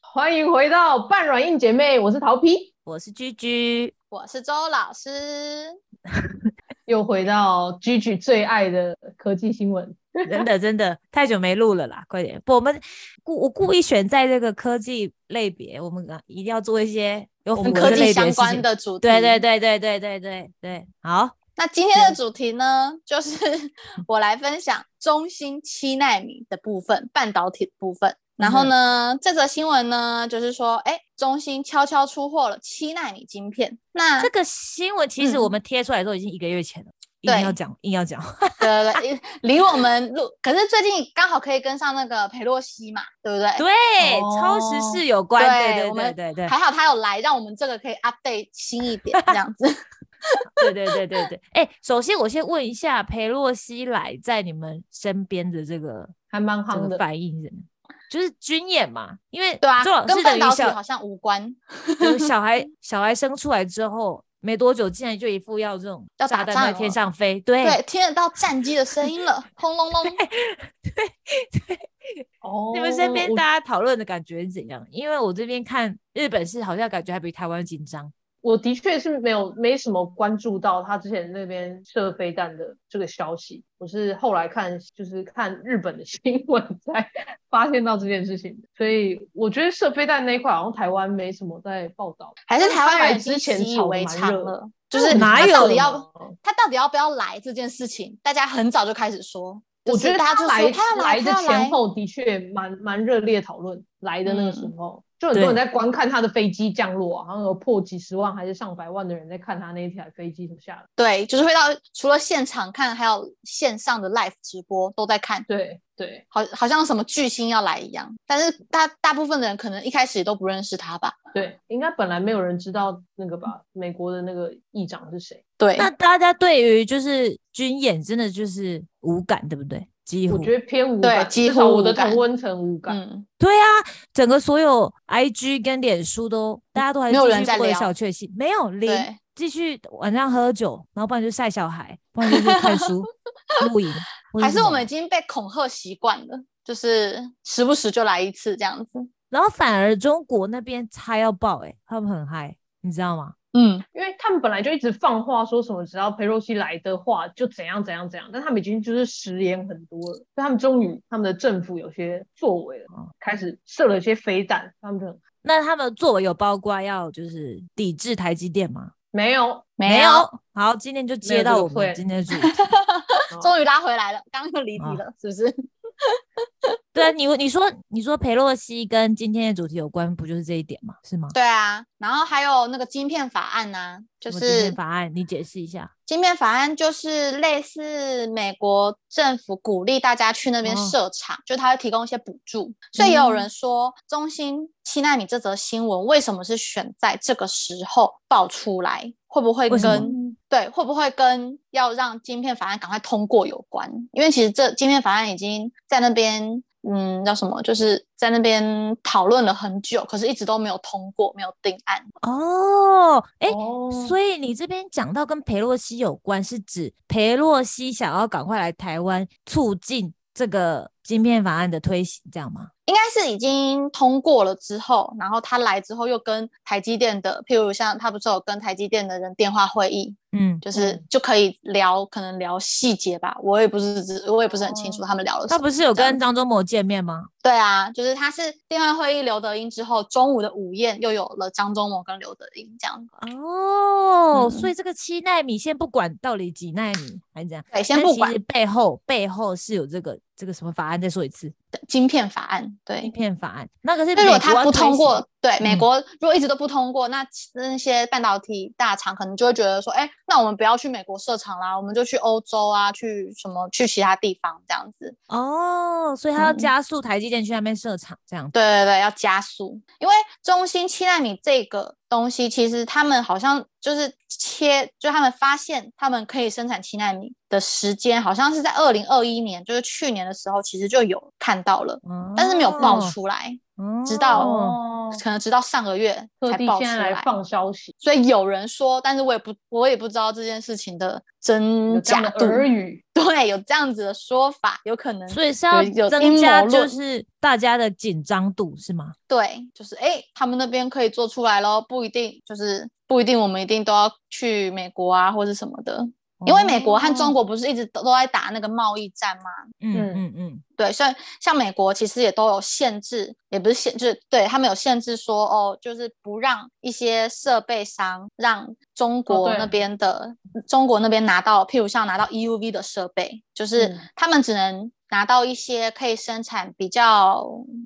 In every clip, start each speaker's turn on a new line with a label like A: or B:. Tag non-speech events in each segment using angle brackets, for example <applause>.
A: 欢迎回到半软硬姐妹，我是桃皮，
B: 我是居居，
C: 我是周老师。
A: 又回到 Gigi 最爱的科技新闻。
B: 真的真的太久没录了啦，快点！不，我们故我故意选在这个科技类别，我们一定要做一些有符合
C: 跟科
B: 这嗯类
C: 技
B: 别的
C: 相
B: 事
C: 关
B: 情。
C: 的嗯主题，
B: 对对。嗯对对对对对对，好，
C: 那今天的主题呢， <laughs> 就是
B: 嗯
C: 我来分享中芯七纳米的部分，半导体的部分。然
B: 嗯
C: 后呢，这则新闻呢，就是说，哎，中芯悄悄出货了七纳米晶片。
B: <laughs>
C: 那
B: 这个新闻其实
C: 啊嗯
B: 我们贴出来的时候已经一个月前了，
C: 对哎
B: 硬要讲硬要讲，
C: 对对对，离我们录，可是最近刚好可以跟上那个佩洛西嘛，对不对？
B: 对，超时
A: 哦
B: 事有关，对
C: 对我
B: 对
C: 们
B: 对对
C: 还好他有来，让我们这个可以 update 新一点，这样子。 <laughs>
B: 对对对对对。哎，首先我先问一下，裴洛西来在你们身边的这个
A: 还蛮
B: 这
A: 夯
B: 个
A: 的，
B: 反应人，就是军演嘛，因为
C: 对啊
B: 周老，
C: 跟
B: 师等
C: 半
B: 于
C: 导体
B: 小
C: 好像无关，
B: 就是小孩小孩生出来之后没多久，竟然就一副要这种
C: 要
B: 炸
C: 打
B: 弹
C: 仗
B: 在天
C: 了
B: 上飞，对
C: 对，听得到战机的声音了，轰隆隆。
A: 哦
B: 你们身边
A: 我
B: 大家讨论的感觉是怎样？因为我这边看日本是好像感觉还比台湾紧张，
A: 我的确是没有没什么关注到他之前那边射飞弹的这个消息，我是后来看就是看日本的新闻才发现到这件事情的，所以我觉得射飞弹那一块好像台湾没什么在报道，
C: 还是台湾人已
A: 之
C: 经
A: 前
C: 习以
A: 炒得
C: 为
A: 蛮
C: 常
A: 热的哦
C: 了，就是
B: 哪
C: 他
B: 有
C: 到底要他到底要不要来这件事情，大家很早就开始说。
A: 我
C: 就是
A: 觉得
C: 大家就
A: 来
C: 说他要来，
A: 的
C: 他要来
A: 前，后的确蛮蛮热烈讨论，来的那个时
C: 嗯
A: 候，就很多人
B: 对
A: 在观看他的飞机降落、啊，好像有破几十万还是上百万的人在看他那一台飞机怎么下来。
C: 对，就是会到除了现场看，还有线上的 live 直播都在看，
A: 对对，
C: 好好像什么巨星要来一样。但是大大部分的人可能一开始也都不认识他吧？
A: 对，应该本来没有人知道那个吧，美国的那个议长是谁。
C: 对，
B: 那大家对于就是军演真的就是无感，对不对？几
A: 我
B: 乎
A: 觉得偏无
C: 对
A: 感，
C: 几
A: 至少
C: 乎
A: 我的
C: 无感
A: 同温层无感。
C: 嗯，
B: 对啊，整个所有 I G 跟脸书都大家都还
C: 没有
B: 继
C: 人
B: 续
C: 在
B: 过着
C: 聊
B: 小确幸，没有零
C: 对，
B: 继续晚上喝酒，然后不然就晒小孩，不然就是看
C: <laughs>
B: 书、露营，或
C: 还
B: 什
C: 是我
B: 么
C: 们已经被恐吓习惯了，就是时不时就来一次这样子。
B: 然后反而中国那边嗨要爆、欸，他们很嗨，你知道吗？
C: 嗯，
A: 因为他们本来就一直放话说什么，只要佩洛西来的话就怎样怎样怎样，但他们已经就是食言很多了，所以他们终于他们的政府有些作为了
B: 哦，
A: 开始射了一些飞弹，他们就很
B: 那他们作为有包括要就是抵制台积电吗？
A: 没有，
C: 没有，
B: 有。好，今天就接
A: 有这
B: 到
A: 个
B: 我
A: 会
B: 们今天的主题。
C: 终于拉回来了，刚刚又离题
B: 啊
C: 了，是不是？ <laughs>
B: 对啊，你你说你说裴洛西跟今天的主题有关，不就是这一点吗？是吗？
C: 对啊，然后还有那个晶片法案呐、就
B: 什么今
C: 是
B: 天法案，你解释一下。
C: 晶片法案就是类似美国政府鼓励大家去那边
B: 哦
C: 设厂，就它会提供一些补助。所以也有
B: 嗯
C: 人说，中兴七纳米这则新闻为什么是选在这个时候爆出来？会不会
B: 为什么
C: 跟对会不会跟要让晶片法案赶快通过有关？因为其实这晶片法案已经在那边。嗯，叫什么？就是在那边讨论了很久，可是一直都没有通过，没有定案。
B: 哦，哎、
A: 哦
B: 所以你这边讲到跟裴洛西有关，是指裴洛西想要赶快来台湾，促进这个晶片法案的推行，这样吗？
C: 应该是已经通过了之后，然后他来之后又跟台积电的，譬如像他不是有跟台积电的人电话会议，
B: 嗯，
C: 就是、
A: 嗯
C: 就可以聊，可能聊细节吧。我也不是知，我也不是很清楚
A: 哦
C: 他们聊了什
B: 他
C: 么。
B: 不是有
C: 这样
B: 跟张忠谋见面吗？
C: 对啊，就是他是电话会议刘德英之后，中午的午宴又有了张忠谋跟刘德英这样。
B: 哦，
C: 嗯
B: 所以这个七纳米先不管到底几纳米还是怎样，
C: 对，先
B: 但
C: 不
B: 其
C: 管
B: 实背后背后是有这个这个什么法案。再说一次，
C: 晶片法案，
B: 一
C: 对。
B: 片法案，那可是
C: 那如果
B: 美国
C: 他
B: 要
C: 不
B: 推
C: 通
B: 行
C: 过，对美
B: 嗯
C: 国如果一直都不通过，那其那些半导体大厂可能就会觉得说，哎，那我们不要去美国设厂啦，我们就去欧洲啊，去什么去其他地方这样子。
B: 哦，所以他要
C: 嗯
B: 加速台积电去那边设厂，这样子。
C: 对对对，要加速，因为中芯七纳米这个东西，其实他们好像就是切，就他们发现他们可以生产七纳米的时间，好像是在二零二一年，就是去年的时候，其实就有看到了，但是没有爆
B: 哦，
C: 出来，
B: 哦
C: 直到
A: 哦，
C: 可能直到上个月
A: 特
C: 才
A: 地
C: 爆出
A: 现在来放消息，
C: 所以有人说，但是我也不，我也不知道这件事情的真
A: 有这样
C: 假
A: 的
C: 度。
A: 耳语，
C: <laughs> 对，有这样子的说法，有可能。
B: 所以是要
C: 有有
B: 增
C: 阴
B: 加
C: 谋
B: 就
C: 论
B: 是大家的紧张度是吗？
C: 对，就是哎、诶他们那边可以做出来咯，不一定就是不一定，我们一定都要去美国啊，或者什么的。因为美国和中
B: 哦，
C: 国不是一直都都在打那个贸易战吗？
B: 嗯
A: 嗯
B: 嗯嗯，
C: 对，所以像美国其实也都有限制，也不是限制，对他们有限制说哦，就是不让一些设备商让中国
A: 哦对
C: 那边的、中国那边拿到，譬如像拿到 EUV 的设备，就是
A: 嗯
C: 他们只能拿到一些可以生产比较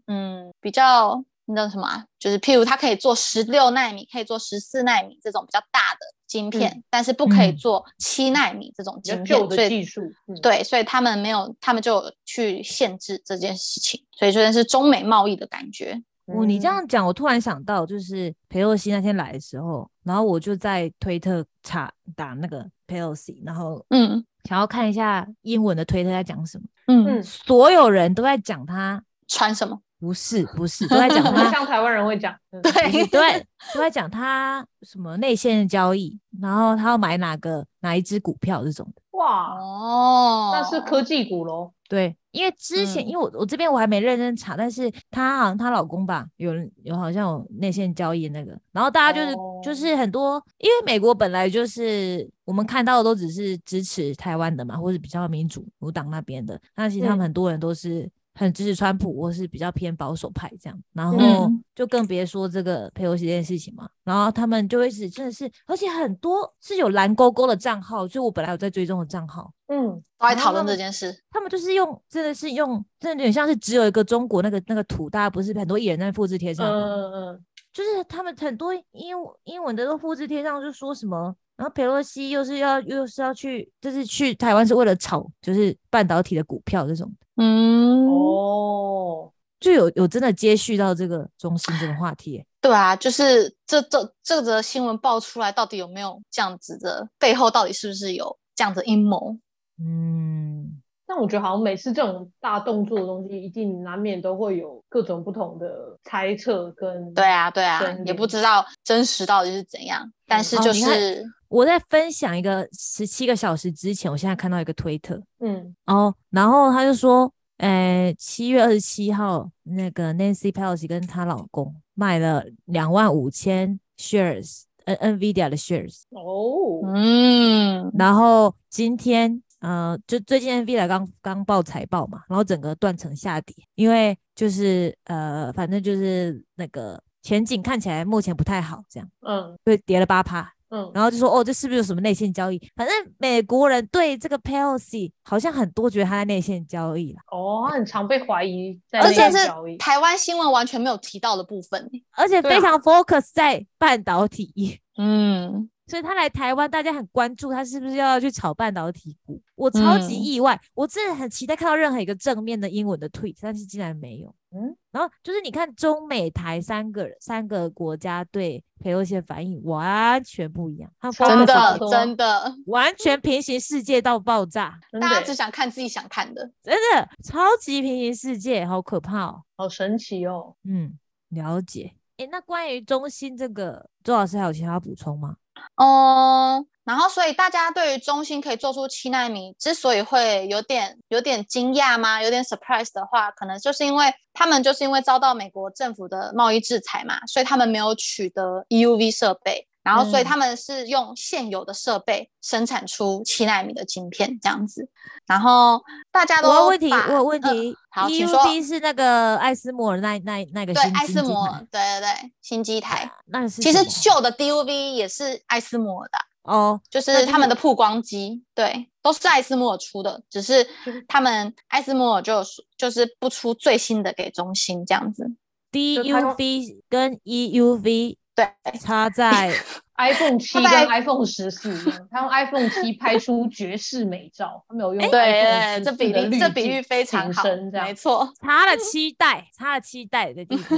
C: 嗯比较那叫什么、啊，就是譬如它可以做十六纳米，可以做十四纳米这种比较大的晶片，但是不可以
B: 嗯
C: 做七纳米这种
A: 比较
C: 晶片，
A: 旧
C: 所
A: 的
C: 以
A: 技术，嗯，
C: 对，所以他们没有，他们就有去限制这件事情，所以这是中美贸易的感觉。
B: 哦，你
A: 嗯
B: 这样讲，我突然想到，就是佩洛西那天来的时候，然后我就在推特查打那个佩洛西，然后
C: 嗯
B: 想要看一下英文的推特在讲什么，
C: 嗯，
A: 嗯，
B: 所有人都在讲他
C: 穿什么？
B: 不是不是，都在讲他
A: 很 <laughs> 像台湾人会讲，嗯
C: 对
B: 不是都在都在讲他什么内线的交易，然后他要买哪个哪一只股票这种的。
A: 哇，
C: <laughs> 哦，
A: 那是科技股喽，
B: 对，因为之前、因为我我这边我还没认真查，但是她好像她老公吧，有人有好像有内线交易那个，然后大家就是、就
A: 哦
B: 是很多，因为美国本来就是我们看到的都只是支持台湾的嘛，或是比较民主无党那边的，那其实他们
A: 嗯
B: 很多人都是。很支持川普，或是比较偏保守派这样，然后
C: 嗯
B: 就更别说这个佩洛西这件事情嘛。然后他们就会是真的是，而且很多是有蓝勾勾的账号，就我本来有在追踪的账号，
A: 嗯，
C: 都在
B: 然后
C: 讨
B: 他
C: 论这
B: 们
C: 件事。
B: 他们就是用，真的是用，真的有点像是只有一个中国那个那个图，大家不是很多艺人在复制贴上吗，
A: 嗯嗯
B: 就是他们很多英文英文的都复制贴上，就说什么，然后佩洛西又是要又是要去，就是去台湾是为了炒就是半导体的股票这种，
A: 嗯，
C: 嗯，
A: 哦，
B: 就有有真的接续到这个中心这个话题耶、
C: 对啊，就是这这这则新闻爆出来，到底有没有这样子的？背后到底是不是有这样的阴谋？
B: 嗯，
A: 但我觉得好像每次这种大动作的东西，一定难免都会有各种不同的猜测跟
C: 对啊，对啊
A: 真，嗯
C: 也不
A: 理
C: 知道真实到底是怎样，但是
B: 哦
C: 就
B: 你看
C: 是
B: 我在分享一个十七个小时之前，我现在看到一个推特，
A: 嗯
B: 哦，然后他就说，呃，七月二十七号，那个 Nancy Pelosi 跟她老公卖了两万五千 shares，n 呃 NVIDIA 的 shares，
A: 哦，
C: 嗯，
B: 然后今天，呃，就最近 NVIDIA 刚刚报财报嘛，然后整个断层下跌，因为就是呃，反正就是那个前景看起来目前不太好，这样，
A: 嗯
B: 所以跌了八趴。
A: 嗯，
B: 然后就说哦，这是不是有什么内线交易？反正美国人对这个 Pelosi 好像很多觉得他在内线交易啦。
A: 哦，他很常被怀疑在
C: 而且
A: 内
C: 是
A: 交易，
C: 台湾新闻完全没有提到的部分。
B: 而且
A: 对
B: 非
A: 啊
B: 常 focus 在半导体业，
C: 嗯，
B: 所以他来台湾，大家很关注他是不是要去炒半导体股。我超级
C: 嗯
B: 意外，我真的很期待看到任何一个正面的英文的 tweet，但是竟然没有。嗯
A: 嗯，
B: 然后就是你看中美台三个三个国家对佩洛西的反应完全不一样，他们
A: 超
C: 真
B: focus
C: 的
A: 好多
C: 真的，
B: 完全平行世界到爆炸，
A: 真的欸
C: 大家
A: 耶
C: 只想看自己想看的。
B: 真的超级平行世界，好可怕哦。
A: 好神奇哦。
B: 嗯，了解。诶，那关于中心这个，周老师还有其他补充吗？
C: 哦、然后所以大家对于中心可以做出七纳米，之所以会有点有点惊讶吗？有点 surprise 的话，可能就是因为他们就是因为遭到美国政府的贸易制裁嘛，所以他们没有取得 EUV 设备。然后，所以
A: 嗯
C: 他们是用现有的设备生产出七纳米的晶片，这样子。然后大家都
B: 我有问题，
C: 把
B: 我有问
C: 嗯
B: 题。
C: 好请
B: e u
C: 说
B: d 是那个艾斯摩尔那那那个
C: 对
B: 新
C: 艾
B: 经
C: 斯
B: 济
C: 摩
B: 盘
C: 尔，对对对，新机台。
B: 那个是
C: 其
B: 什
C: 实
B: 么
C: 旧的 DUV 也是艾斯摩尔的啊，
B: 哦，
C: 就
B: 那
C: 是
B: 就
C: 他们
B: 是
C: 的曝光机，对，都是艾斯摩尔出的，只是
A: 就是
C: 他们艾斯摩尔就有说就是不出最新的给中兴这样子，
A: 就它用
B: DUV 跟 EUV
C: 对，
A: 哎
B: 差
C: <laughs>
B: 在
A: iPhone 七跟
C: 拜
A: iPhone 十四一样，他用 iPhone 七拍出绝世美照，他没有用
C: 哎对
A: iPhone
C: 对，
A: 14
C: 这比
A: 的
C: 例这比
A: 镜
C: 喻非常
A: 景
C: 好，
A: 深这样
C: 没错，
B: 差了七代，差了七代的地
C: <laughs>
B: 步，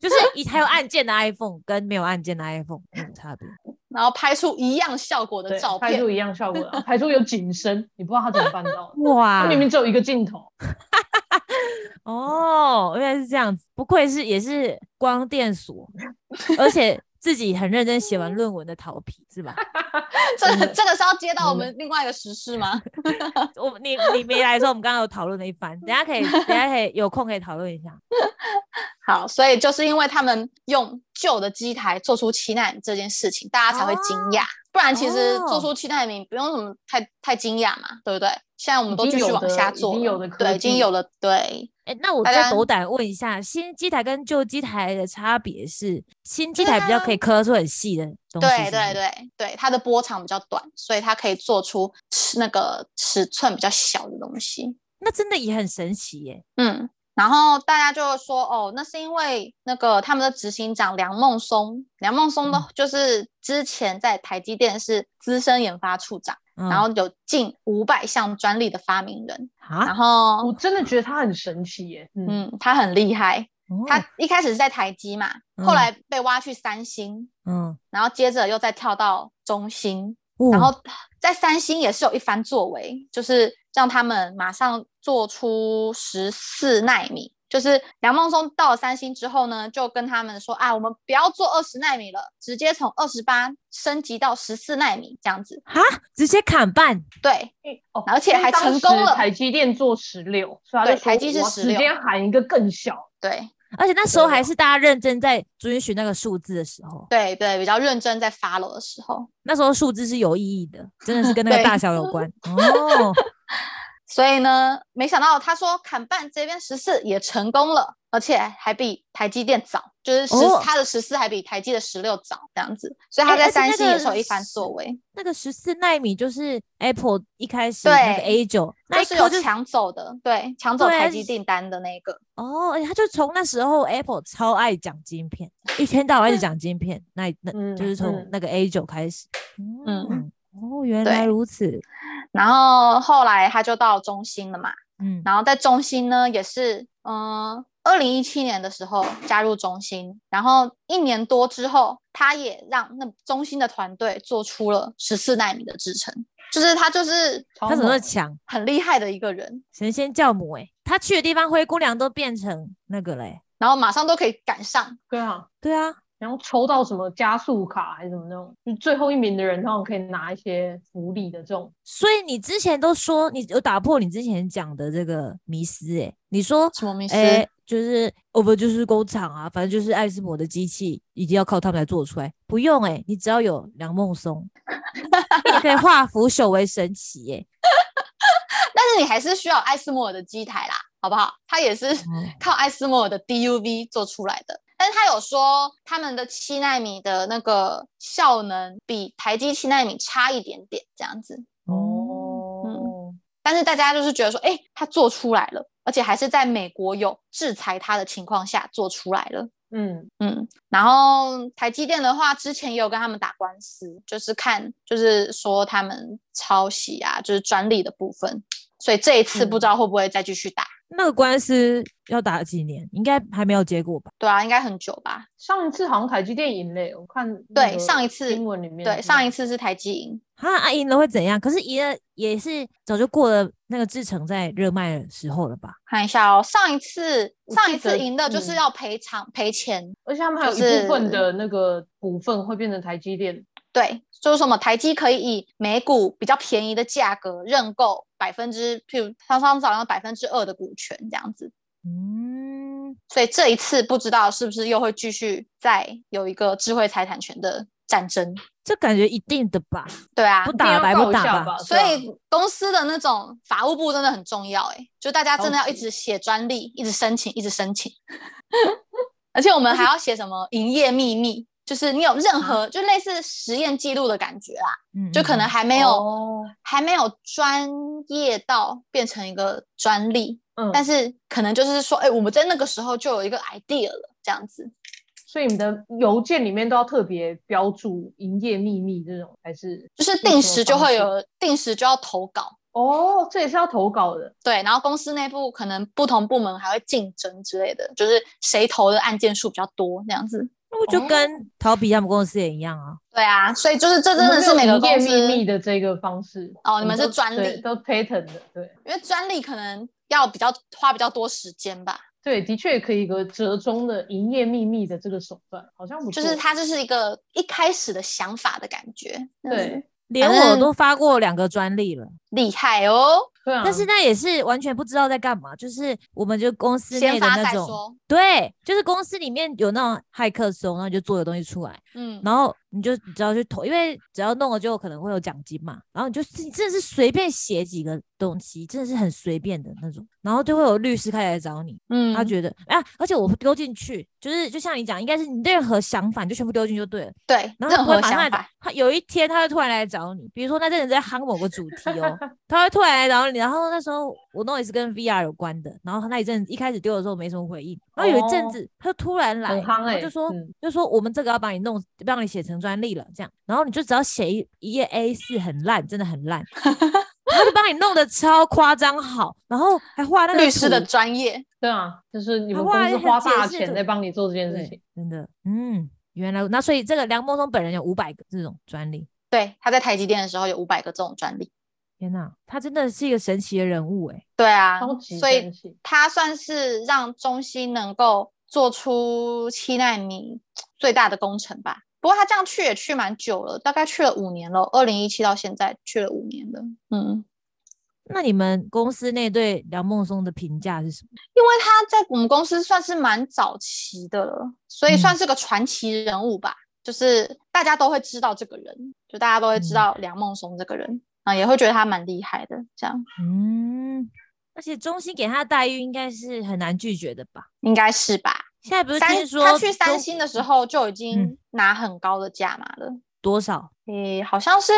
B: 就是以还有按键的 iPhone 跟没有按键的 iPhone 有差
C: <laughs>
B: 别。
C: 然后拍出一样效果的
A: 对
C: 照
A: 拍啊
C: 片
A: 出，
B: <laughs> 啊
A: 一样效果，然后拍出有景深，你不知道他怎么办到的。
B: 哇
A: 他，明明只有一个镜头，
B: 哦，原来是这样子，不愧是也是光电所，而且自己很认真写完论文的桃皮是吧？
C: 这个这个是要接到我
A: 嗯
C: 们另外一个时事吗？
B: 我你你没来的时候，我们刚刚有讨论了一番，等下可以等下可以有空可以讨论一下。
C: 好，所以就是因为他们用旧的机台做出七纳米这件事情，大家才会惊讶。不然其实
B: 哦
C: 做出七纳米不用什么太太惊讶嘛，对不对？现在我们都
A: 已
C: 继
A: 经
C: 续
A: 有
C: 往
A: 的
C: 下
A: 已
C: 做了，
A: 经有的科
C: 对，已经
A: 技
C: 有了，对，
B: 哎、那我
C: 大
B: 再
C: 家
B: 斗胆问一下，新机台跟旧机台的差别是，新机
C: 对
B: 台比较
C: 啊
B: 可以刻出很细的东西，
C: 对对，对对，它的波长比较短，所以它可以做出尺那个尺寸比较小的东西。
B: 那真的也很神奇耶、
C: 嗯，然后大家就会说哦，那是因为那个他们的执行长梁孟松，梁孟松
B: 嗯
C: 的就是之前在台积电是资深研发处长，
B: 嗯
C: 然后有近五百项专利的发明人，然
B: 啊，
A: 我
C: 后
A: 真的觉得他很神奇耶、嗯，
C: 哦嗯，他很厉害，
B: 哦
C: 他一开始是在台积嘛，后
B: 嗯
C: 来被挖去三星，
B: 嗯，哦
C: 然后接着又再跳到中兴。
B: 然
C: 然后在三星也是有一番作为，就是让他们马上做出十四纳米。就是梁孟松到了三星之后呢，就跟他们说啊，我们不要做二十纳米了，直接从二十八升级到十四纳米这样子。
B: 哈，直接砍半，
C: 对
A: 因为哦
C: 而且
A: 因为
C: 还
A: 当
C: 成功
A: 时
C: 了
A: 台积电做十六，所以他
C: 对
A: 就说
C: 台积是
A: 我直
C: 16
A: 接喊一个更小。
C: 对哦
B: 而且那时候还
A: 对
B: 是大家认真在遵循那个数字的时候，
C: 对对，比较认真在 follow 的时候，
B: 那时候数字是有意义的，真的是跟那个
C: 对
B: 大小有
C: <laughs>
B: 关哦。
C: 所以呢，没想到他说砍半这边十四也成功了，而且还比台积电早，就是十、
B: 哦
C: 他的十四还比台积的十六早这样子，所以
B: 哎
C: 他
B: 而
C: 在
B: 且那
C: 三星也
B: 个
C: 是有一番
B: 是
C: 作为。
B: 那个十四纳米就是 Apple 一开始那个 A
C: 对
B: 九，那
C: 就
B: 一
C: 是
B: 颗
C: 有
B: 就
C: 抢走的，对，抢走
B: 对
C: 台
B: 而
C: 积
B: 且
C: 订单的那个，
B: 哦，而且他就从那时候 Apple 超爱讲晶片，一天到晚就讲晶片，那那
A: 嗯
B: 就是从
A: 嗯
B: 那个 A 九开始。嗯
C: 嗯，
B: 哦，原来
C: 对
B: 如此。
C: 然后后来他就到中兴了嘛，
B: 嗯，
C: 然后在中兴呢也是，嗯、2二零一七年的时候加入中兴，然后一年多之后，他也让那中兴的团队做出了十四纳米的制程，就是他就是
A: 超
B: 他怎么那
A: 猛
B: 么强？
C: 很厉害的一个人，
B: 神仙教母哎、他去的地方灰姑娘都变成那个嘞、
C: 然后马上都可以赶上，
A: 对啊，
B: 对啊，
A: 然后抽到什么加速卡还是什么那种，就最后一名的人，他们可以拿一些福利的这种。
B: 所以你之前都说你有打破你之前讲的这个迷思哎、你说
C: 什么名思？
B: 哎、就是哦不就是工厂啊，反正就是爱斯摩的机器一定要靠他们来做出来，不用哎、你只要有梁梦松，你可以化腐朽为神奇欸
C: 哦
B: 耶、
C: 但是你还是需要艾斯摩尔的机台啦，好不好？它也是靠艾斯摩尔的 DUV 做出来的。但是他有说他们的七纳米的那个效能比台积七纳米差一点点这样子，
B: 哦，
A: 哦，
C: 但是大家就是觉得说，哎、它做出来了，而且还是在美国有制裁它的情况下做出来了。
A: 嗯，
C: 嗯，然后台积电的话，之前也有跟他们打官司，就是看，就是说他们抄袭啊，就是专利的部分，所以这一次不
A: 嗯
C: 知道会不会再继续打，
B: 那个官司要打几年？应该还没有结果吧？
C: 对啊，应该很久吧？
A: 上一次好像台积电赢嘞，我看那
C: 对
A: 个
C: 上一次
A: 新闻里面
C: 对，上一
A: 次
C: 次是台积赢，
B: 哈啊，赢了会怎样？可是赢了也是早就过了那个制程在热卖的时候了吧？
C: 看一下哦，上一次
A: 我
C: 上
A: 记
C: 一次
A: 得
C: 赢的就是
A: 嗯
C: 要赔偿赔钱，
A: 而且他们还有一
C: 就是
A: 部分的那个股份会变成台积电，
C: 对，就是什么台积可以以每股比较便宜的价格认购百分之，譬如他上次好像百分之二的股权这样子，
B: 嗯，
C: 所以这一次不知道是不是又会继续再有一个智慧财产权的战争，
B: 这感觉一定的吧？
C: 对啊
B: 不。
A: 一定
B: 打
A: 要
B: 白
A: 告
B: 不
A: 一下
B: 打吧？
A: 吧，
C: 所
A: 对啊
C: 以公司的那种法务部真的很重要、欸，就大家真的要一
A: 超级
C: 直写专利，一直申请，一直申请， <laughs> 而且我们还要写什么营业秘密，就是你有
A: 啊
C: 任何、就类似实验记录的感觉啦，
B: 嗯，
C: 就可能还没有、
A: 哦
C: 还没有专业到变成一个专利，
A: 嗯，
C: 但
A: 是
C: 是可能就是说，哎、我们在那个时候就有一个 idea 了，这样子。
A: 所以你的邮件里面都要特别标注营业秘密这种，还是
C: 就是
A: 那
C: 定
A: 什么
C: 时就
A: 方
C: 会
A: 式
C: 有，定时就要投稿，
A: 哦，这也是要投稿的，
C: 对，然后公司内部可能不同部门还会竞争之类的，就是谁投的案件数比较多这样子。
B: 那不就
A: 哦
B: 跟陶比他们公司也一样啊？
C: 对啊，所以就是这真
A: 我
C: 的
A: 们
C: 是每
A: 没有
C: 个公
A: 营业秘密
C: 司，
A: 的这个方式
C: 哦
A: 我
C: 你们
A: 都
C: 是专利
A: 对都 patent 的，对，
C: 因为专利可能要比较花比较多时间吧。
A: 对，的确可以一个折中的营业秘密的这个手段，好像不错
C: 就是它就是一个一开始的想法的感觉，
A: 对，
B: 连
C: 反
B: 我
C: 正
B: 都发过两个专利了，
C: 厉害哦，
A: 对啊，
B: 但是那也是完全不知道在干嘛，就是我们就公司内
C: 先
B: 的
C: 发
B: 那
C: 再
B: 种，
C: 说，
B: 对，就是公司里面有那种骇客松，然后你就做的东西出来，
C: 嗯，
B: 然后你就只要去投，因为只要弄了就可能会有奖金嘛。然后你就是你真的是随便写几个东西，真的是很随便的那种。然后就会有律师开来找你，
C: 嗯
B: 他觉得啊，而且我丢进去，就是就像你讲，应该是你任何想法你就全部丢进去就对了。
C: 对，
B: 然后他
C: 任
B: 不会
C: 何
B: 马上来
C: 想
B: 找
C: 法，
B: 他有一天他会突然来找你，比如说那阵子在夯某个主题
C: <laughs>
B: 哦，他会突然来找你。然后那时候我弄也是跟 VR 有关的，然后他那一阵子一开始丢的时候没什么回应，然后有一阵
A: 哦
B: 子他就突然来，
A: 很
B: 然
A: 夯
B: 后
A: 哎、
C: 欸
B: 就说。
A: 嗯
B: 就说我们这个要把你弄，让你写成专利了，这样，然后你就只要写一一页 A 四，很烂，真的很
C: <laughs>
B: 烂，他就帮你弄得超夸张好，然后还画那个
C: 律师的
B: 图
C: 专业，
A: 对啊，就是你们
B: 他后
A: 公
B: 来
A: 司
B: 很
A: 花
B: 解
A: 大
B: 释
A: 钱
B: 图
A: 在帮你做这件事
B: 对
A: 情，，
B: 真的，嗯，原来那所以这个梁孟松本人有五百个这种专利，
C: 对，他在台积电的时候有五百个这种专利，
B: 天哪，他真的是一个神奇的人物哎、
C: 对啊
A: 超，级
C: 所以
A: 神奇。
C: 它算是让中芯能够做出七纳米最大的工程吧。不过它这样去也去蛮久了，大概去了五年了，二零一七到现在去了五年了。嗯，
B: 那你们公司内对梁孟松的评价是什么？
C: 因为他在我们公司算是蛮早期的了，所以
B: 嗯
C: 算是个传奇人物吧。就是大家都会知道这个人，就大家都会知
B: 嗯
C: 道梁孟松这个人啊、也会觉得他蛮厉害的。这样
B: 嗯，而且中心给他的待遇应该是很难拒绝的吧？
C: 应该是吧？
B: 现在不是
C: 三
B: 听说嗯
C: 他去三
B: 中
C: 星的时候就已经拿很高的价码了。
B: 多少？
C: 诶、好像是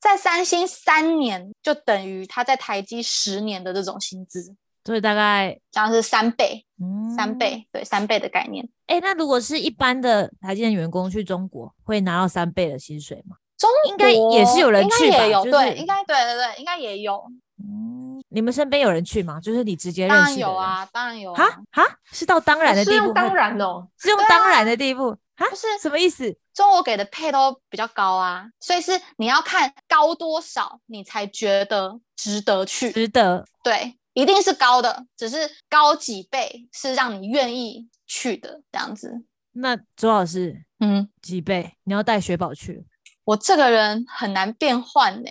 C: 在三星三年，就等于他在台积十年的这种薪资，
B: 所以大概
C: 这样是三倍，
B: 嗯
C: 三。倍，对，三倍的概念。
B: 哎、那如果是一般的台积电员工去中国，会拿到三倍的薪水吗？
C: 中
B: 应该也是
C: 国
B: 有人
C: 应该
B: 去吧
C: 也有、
B: 就
C: 对，
B: 是
C: 应该对对对，应该也有，
B: 嗯，你们身边有人去吗？就是你直接认
C: 当
B: 识
C: 然
B: 的
C: 有
B: 人。
C: 啊，当然有
B: 哈
C: 啊，
B: 哈，是到当然
A: 我
B: 的
A: 是
B: 地步
A: 用
B: 会，
A: 当然哦，
B: 是用
C: 对啊
B: 当然的地步哈，
C: 就是
B: 什么意思？
C: 中国给的配都比较高啊，所以是你要看高多少，你才觉得值得去，
B: 值得
C: 对，一定是高的，只是高几倍是让你愿意去的这样子，
B: 那周老师
C: 嗯。
B: 几倍？你要带雪宝去，
C: 我这个人很难变换呢、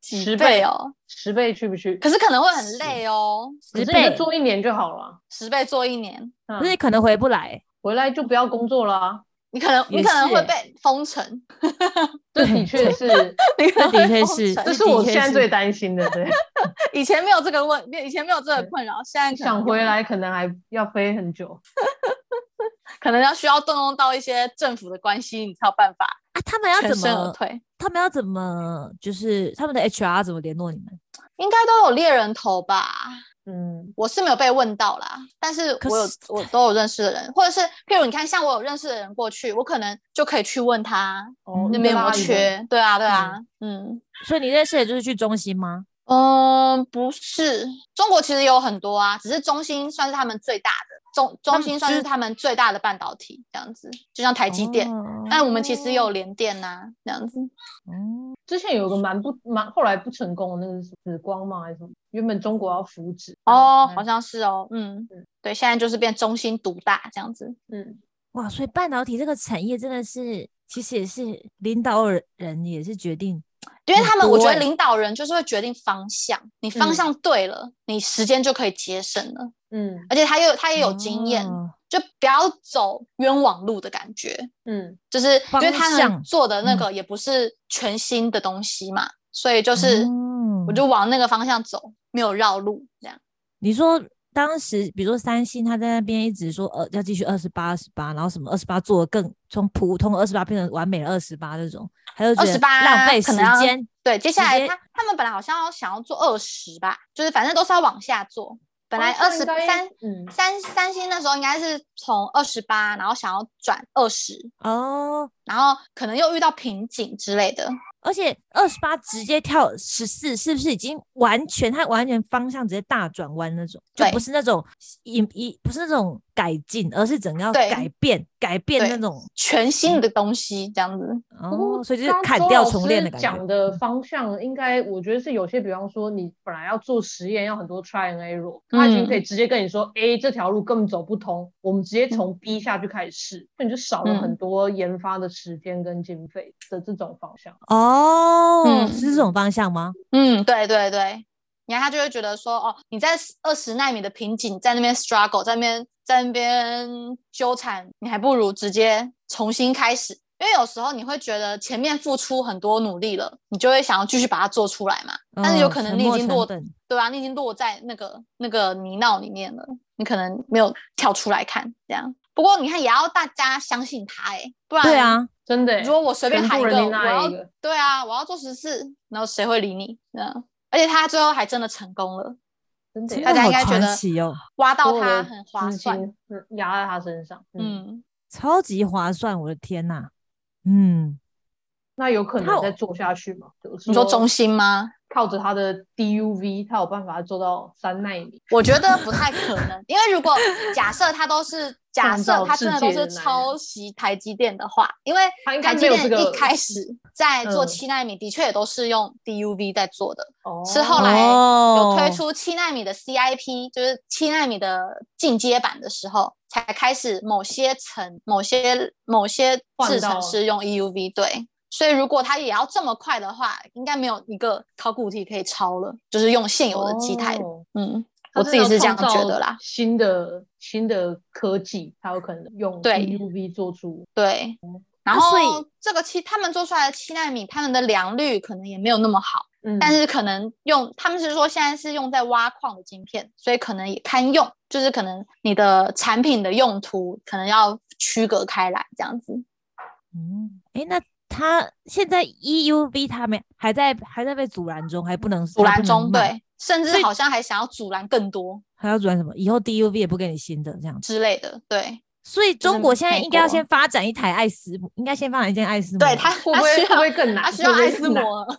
C: 几
A: 十
C: 倍
A: 倍
C: 哦，
A: 十倍去不去？
C: 可是可能会很累哦，
A: 可是你
B: 十
A: 就
B: 倍，
A: 做一年就好了
C: 十倍做一年，
A: 啊，
B: 可是
A: 嗯
B: 你可能回不来、
A: 回来就不要工作了啊。
C: 你可能你
B: 也
C: 可能
B: 是
C: 会
B: 欸
C: 被
B: <laughs>
C: 封城，
A: 这的确是，
C: 你可
B: 这的
C: 能会
B: 确
C: 封
B: 是
C: 城
A: 这
B: 这
A: 是我
B: 的确
A: 现在
B: 是
A: 最担心的。对，
C: 以前没有这个问，以前没有这个困扰，现在可能
A: 想
C: 有
A: 回，来可能还要飞很久。
C: 可能要需要动用到一些政府的关系，你才有办法
B: 啊！他们要
C: 全
B: 怎
C: 身而
B: 么？
C: 退。
B: 他们要怎么？就是他们的 HR 怎么联络你们？
C: 应该都有猎人头吧？
A: 嗯，
C: 我是没有被问到啦，但是
B: 可
C: 我有
B: 是
C: 我都有认识的人，或者是譬如你看，像我有认识的人过去，我可能就可以去问他
A: 哦，
C: 那
A: 一
B: 嗯
C: 边有
A: 个
C: 没有
A: 阿姨的
C: 缺。对啊，对啊，嗯
B: 所以你认识的就是去中心吗？
C: 嗯，不是，中国其实有很多啊，只是中芯算是他们最大的，中
B: 他
C: 中
B: 们
C: 芯算
B: 就是
C: 他们最大的半导体这样子，就像台积电。
B: 哦
C: 但我们其实也有联电呐、这样子。
B: 哦
A: 之前有个蛮不蛮，后来不成功的那个是紫光嘛还是什么？原本中国要扶植
C: 哦，
A: 嗯
C: 好像是哦，嗯
A: 嗯，
C: 对，现在就是变中芯独大这样子。
A: 嗯，
B: 哇，所以半导体这个产业真的是，其实也是领导人人也是决定
C: 因为
B: 很
C: 他们，我
B: 多
C: 觉
B: 欸
C: 得领导人就是会决定方向，你方
A: 嗯
C: 向对了，你时间就可以节省了，
A: 嗯
C: 而且他又他也有经验，
B: 哦
C: 就不要走冤枉路的感觉。
A: 嗯
C: 就是因为他
B: 方向
C: 们做的那
B: 嗯
C: 个也不是全新的东西嘛，所以就是
B: 哦
C: 我就往那个方向走，没有绕路这样。
B: 你说当时，比如说三星，他在那边一直说呃要继续二十八、二十八，然后什么二十八做的更从普通二十八变成完美的二十八这种，还有觉得
C: 28
B: 浪费
C: 可
B: 时
C: 能要
B: 间，
C: 对，接下
B: 直
C: 来
B: 接
C: 他他们本来好像要想要做二十吧，就是反正都是要往下做。本来二
A: 方向
C: 十
A: 哦应该
C: 三
A: 嗯
C: 三三星那时候应该是从二十八，然后想要转二十，
B: 哦，
C: 然后可能又遇到瓶颈之类的。
B: 而且二十八直接跳十四，是不是已经完全它完全方向直接大转弯那种？就
C: 对
B: 不是那种一一不是那种改进，而是整个要
C: 对
B: 改变，改变
C: 对
B: 那种
C: 全新的东西这样子。
B: 哦，所以就是
A: 刚
B: 砍
A: 周
B: 掉
A: 老
B: 重练
A: 师
B: 的感
A: 讲
B: 觉。
A: 的方向，应该我觉得是有些，比方说你本来要做实验，要很多 try and error，他已经
C: 嗯
A: 可以直接跟你说，哎、这条路根本走不通，我们直接从 B 下去开始试，那你就少了
C: 嗯
A: 很多研发的时间跟经费的这种方向。
B: 哦，
C: 嗯
B: 是这种方向吗？
C: 嗯，对对对，然后他就会觉得说，哦，你在二十纳米的瓶颈，在那边 struggle，在那边在那边纠缠，你还不如直接重新开始。因为有时候你会觉得前面付出很多努力了，你就会想要继续把它做出来嘛。但是有
B: 嗯
C: 可能
B: 沉
C: 你已
B: 没
C: 经
B: 成
C: 落
B: 本
C: 对啊，你已经落在那个那个泥淖里面了，你可能没有跳出来看这样。不过你看，也要大家相信他哎、不然
B: 对，啊，
A: 真的、欸，
C: 如果我随便
A: 全
C: 喊
A: 部
C: 一
A: 人
C: 个，
A: 拎
C: 我
A: 那
C: 要
A: 一个，
C: 对啊，我要做十四，然后谁会理你？嗯，而且他最后还真的成功了，
A: 真的、
B: 天
A: 欸，
C: 大
B: 哪
C: 家
B: 好
C: 应该觉
B: 传
C: 得
B: 奇哦，
C: 挖到
A: 所有
C: 他
A: 的
C: 很划
A: 资
C: 算。
A: 金嗯压在他身上，嗯，
C: 嗯，
B: 超级划算，我的天呐、嗯，
A: 那有可
B: 他有
A: 能再做下去吗？就是
C: 你说中心吗？
A: 靠着他的 DUV，他有办法做到三纳米？
C: 我觉得不太可
A: <laughs>
C: 能，因为如果假设他都是假
A: 创
C: 设
A: 造
C: 他真的
A: 世
C: 都
A: 界
C: 是
A: 的男
C: 抄袭台积电的话，因为
A: 他应该
C: 台积
A: 没有
C: 电
A: 这个
C: 一开始在做
A: 嗯
C: 七纳米，的确也都是用 DUV 在做的，
A: 哦，
C: 是后来有
B: 哦
C: 推出七纳米的 CIP，就是七纳米的进阶版的时候，才开始某些层、某些某些
A: 换
C: 制程
A: 到
C: 是用 EUV 对。所以如果它也要这么快的话，应该没有一个考古题可以超了，就是用现有的机台。
A: 哦
C: 嗯，
A: 它
C: 我
A: 真的
C: 自己
A: 要
C: 是这样
A: 创
C: 觉
A: 造
C: 得啦。
A: 新的新的科技，才有可能用
C: 对
A: EUV 做出
C: 对，然
B: 哦那所以
C: 后这个七他们做出来的七纳米，他们的良率可能也没有那么好。
A: 嗯，
C: 但是可能用他们是说现在是用在挖矿的晶片，所以可能也堪用，就是可能你的产品的用途可能要区隔开来这样子。
B: 嗯，诶，那它现在 EUV 它没还在还在被阻拦中，还不能还不
C: 阻拦
B: 能
C: 中，
B: 卖，
C: 对，甚
B: 所
C: 至
B: 以
C: 好像还想要阻拦更多
B: 还要阻拦什么？以后 DUV 也不给你新的这样子。
C: 之类的，对，
B: 所以中
C: 是
B: 国现在
C: 美
B: 应该要
C: 国
B: 先发展一台爱斯摩，应该先发展一件爱斯摩吧，
C: 对他
A: 会不
C: 他
A: 会
C: 需
A: 会不
C: 要
A: 会更难？
C: 他需要
A: 会不
C: 爱
A: 会
C: 斯
A: 更难， <laughs>
C: 摩，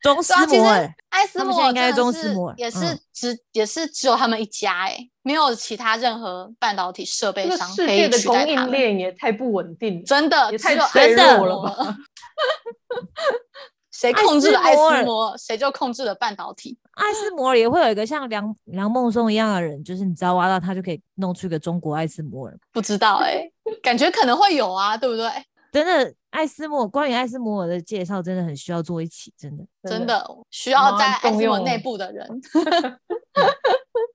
B: 中斯
C: 对啊，其
B: 摩、欸
C: 实爱斯
B: 他们现
C: 摩
B: 在应
C: 尔
B: 该
C: 真
B: 中
C: 的
B: 斯摩尔
C: 是也是
B: 嗯
C: 只也是只有他们一家哎，没有其他任何半导体设备
A: 这个
C: 商
A: 世
C: 可
A: 界
C: 以
A: 的
C: 取
A: 供
C: 代他
A: 应
C: 们。
A: 链也太不稳定了，
C: 真的
A: 也
C: 只
A: 太
C: 有
A: 脆
C: 爱斯
A: 弱
C: 摩
A: 了
B: <laughs>
C: 尔
A: 吧？
C: 谁
B: 艾
C: 控制
B: 斯
C: 了艾
B: 摩尔
C: 斯摩尔，谁就控制了半导体。
B: 爱斯摩尔也会有一个像梁梁孟松一样的人，就是你只要挖到他就可以弄出一个中国爱斯摩尔。
C: 不知道哎、感觉可能会有啊，对不对？
B: 真的，爱斯摩关于爱斯摩尔的介绍真的很需要做一期，真的，
C: 真的需要
A: 妈
C: 在
A: 动
C: 艾斯摩
A: 用
C: 内部的人。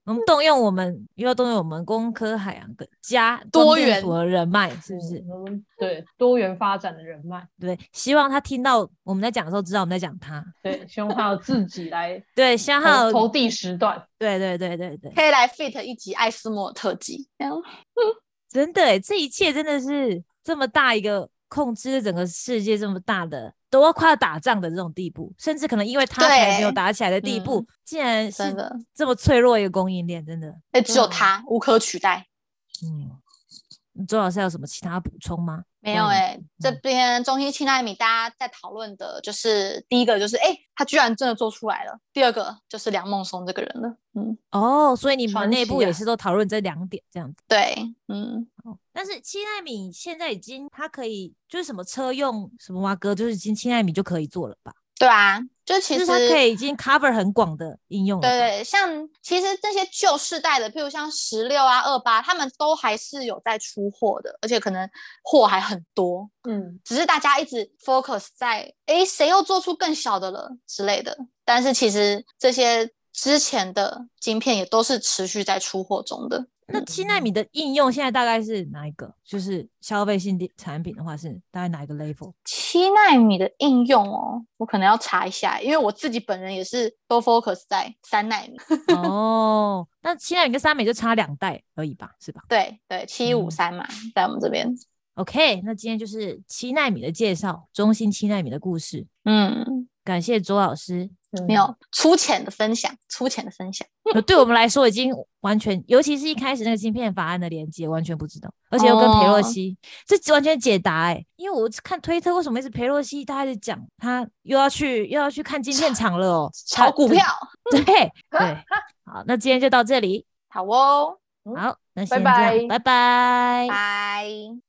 B: 我们动用我们又要动用我们工科海洋的家
C: 多
B: 光电
C: 元
B: 所的人脉，是不是
A: 嗯？？我们对多元发展的人脉，
B: 对，希望他听到我们在讲的时候知道我们在讲他。
A: 对，希望他有自己
C: <laughs>
A: 来
B: 对，希望他
A: 投投
B: 有
A: 第十段。
B: 对对对对对，
C: 可以来 fit 一集艾斯摩尔特辑，哎这样
B: 真的欸，这一切真的是这么大一个控制整个世界这么大的，都要快要打仗的这种地步，甚至可能因为他才没有
C: 对
B: 打起来的地步
C: 嗯，
B: 竟然是
C: 真的，
B: 这么脆弱一个供应链，真的，
C: 哎、只有
A: 嗯
C: 他无可取代。
B: 嗯，周老师还有什么其他补充吗？
C: 没有
B: 关于
C: 哎、这
B: 嗯
C: 边中心七纳米，大家在讨论的就是第一个就是哎、他居然真的做出来了；第二个就是梁孟松这个人了。嗯，
B: 哦，所以你们
A: 传
B: 内
A: 奇
B: 部也
A: 啊
B: 是都讨论这两点这样子。
C: 对，嗯，
B: 哦，但是七纳米现在已经它可以就是什么车用什么蛙哥，就是已经七纳米就可以做了吧？
C: 对啊，就
B: 就
C: 其
B: 是
C: 实
B: 它可以已经 cover 很广的应用了吧。
C: 对对，像其实这些旧世代的，譬如像十六啊、二八，他们都还是有在出货的，而且可能货还很多，
A: 嗯，
C: 只是大家一直 focus 在诶谁又做出更小的了之类的。但是其实这些之前的晶片也都是持续在出货中的。
B: 那七纳米的应用现在大概是哪一个？就是消费性的产品的话，是大概哪一个
C: <laughs>
B: level？
C: 七纳米的应用哦，我可能要查一下，因为我自己本人也是都 focus 在三纳米。
B: 哦，那七纳米跟三美就差两代而已吧，是吧
C: 对对，七五三嘛，在我们这边。
B: ？OK，那今天就是七纳米的介绍，中心七纳米的故事。
C: 嗯，
B: 感谢周老师，
A: 嗯
C: 没有粗浅的分享，粗浅的分享。
B: 呃对我们来说已经完全，尤其是一开始那个芯片法案的连接，完全不知道，而且又跟裴洛
C: 哦
B: 西，这完全解答哎、因为我看推特为什么一直裴洛西，大家在讲他又要去又要去看晶片厂了哦，
C: 炒
B: 他
C: 股
B: 对
C: 票。 <laughs>
B: 对对，好，那今天就到这里，
C: 好哦，
A: 嗯
B: 好，那
A: 拜
B: 先这样，
A: 拜
B: 拜拜
C: 拜。